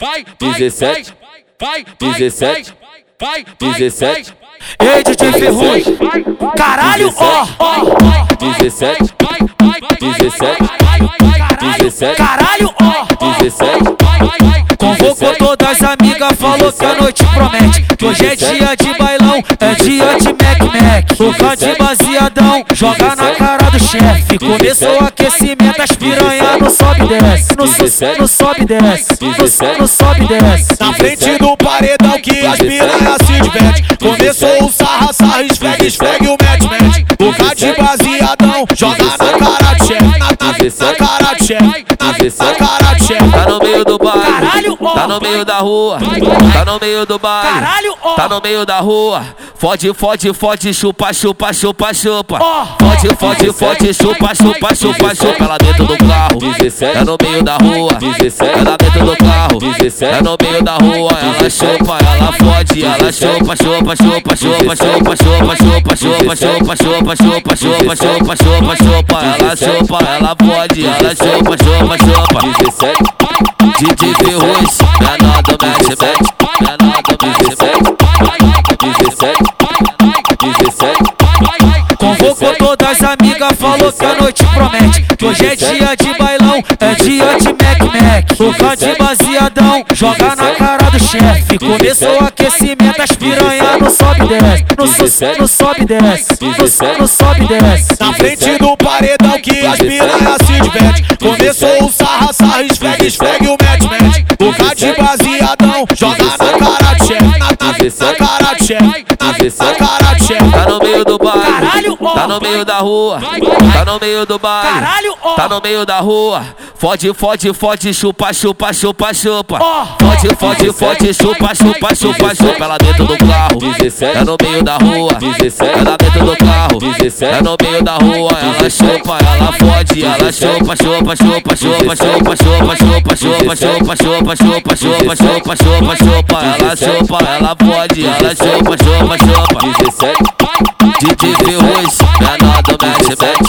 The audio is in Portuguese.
vai, Dezessete. vai, Dezessete. vai, vai, Dezessete. Ei, DJ Ferrugem, caralho, ó, ó, Dezessete. Dezessete. Dezessete. caralho, ó, Dezessete. Convocou todas as amigas, falou que a noite promete. Que hoje é dia de bailão, é dia de Mac Mac. Toca de baseadão, joga na cara do chefe. Começou o aquecimento, as piranha no sobe e desce. No su- No sobe e desce, no su- no sobe e desce. Na frente do paredão que as piranhas se divertem Começou o sarra, sarra, esfregue, esfregue o match, match Boca de baseadão, joga na cara de chefe Na na cara de chefe, na- na cara de chefe Tá no meio do baile, Caralho, ó. tá no meio da rua, tá no meio do baile, Caralho, ó. tá no meio da rua. Fode, fode, fode, chupa, chupa, chupa, chupa. Ó. Fode, fode, fode, Dezessete. chupa, chupa, chupa, chupa. Ela dentro do carro, Dezessete. tá no meio da rua, Dezessete. ela dentro do carro, Dezessete. tá no meio da rua. Ela Dezessete. chupa, ela fode, ela chupa, chupa, chupa, chupa, chupa, chupa, chupa, chupa, chupa, chupa, chupa, chupa, chupa, chupa, chupa. Ela Dezessete. chupa, ela fode, ela chupa, chupa, chupa. Dezessete. DJ Ferruz, menor do Match Match, menor do Match Match. Dezessete. Dezessete. Convocou todas as amigas, falou que a noite promete. Que hoje é dia de bailão, é dia de Mac Mac. Toca de baseadão, joga na cara do chefe. Começou o aquecimento, as piranha no sobe e desce. No su- no sobe e desce, no su- no sobe e desce. Na frente do paredão que as piranhas se divertem Começou o sarra, sarra, esfregue, esfregue o match, match Boca de baseadão, joga na cara de chefe Na na cara de chefe, na na cara de chefe Tá no meio do baile, Caralho, ó. tá no meio da rua, tá no meio do baile, Caralho, ó. tá no meio da rua. Fode, fode, fode, chupa, chupa, chupa, chupa. Ó. Fode, fode, fode, chupa, chupa, chupa, chupa. Ela dentro do carro, Dezessete. tá no meio da rua, Dezessete. ela dentro do carro, Dezessete. tá no meio da rua. Ela Dezessete. chupa, ela fode, ela Dezessete. chupa, chupa, chupa, chupa, chupa, chupa, chupa, chupa, chupa, chupa, chupa, chupa, chupa, chupa, chupa. Ela chupa, ela fode, ela chupa, chupa, chupa. Dezessete. DJ Ferruz, menor do Match Match,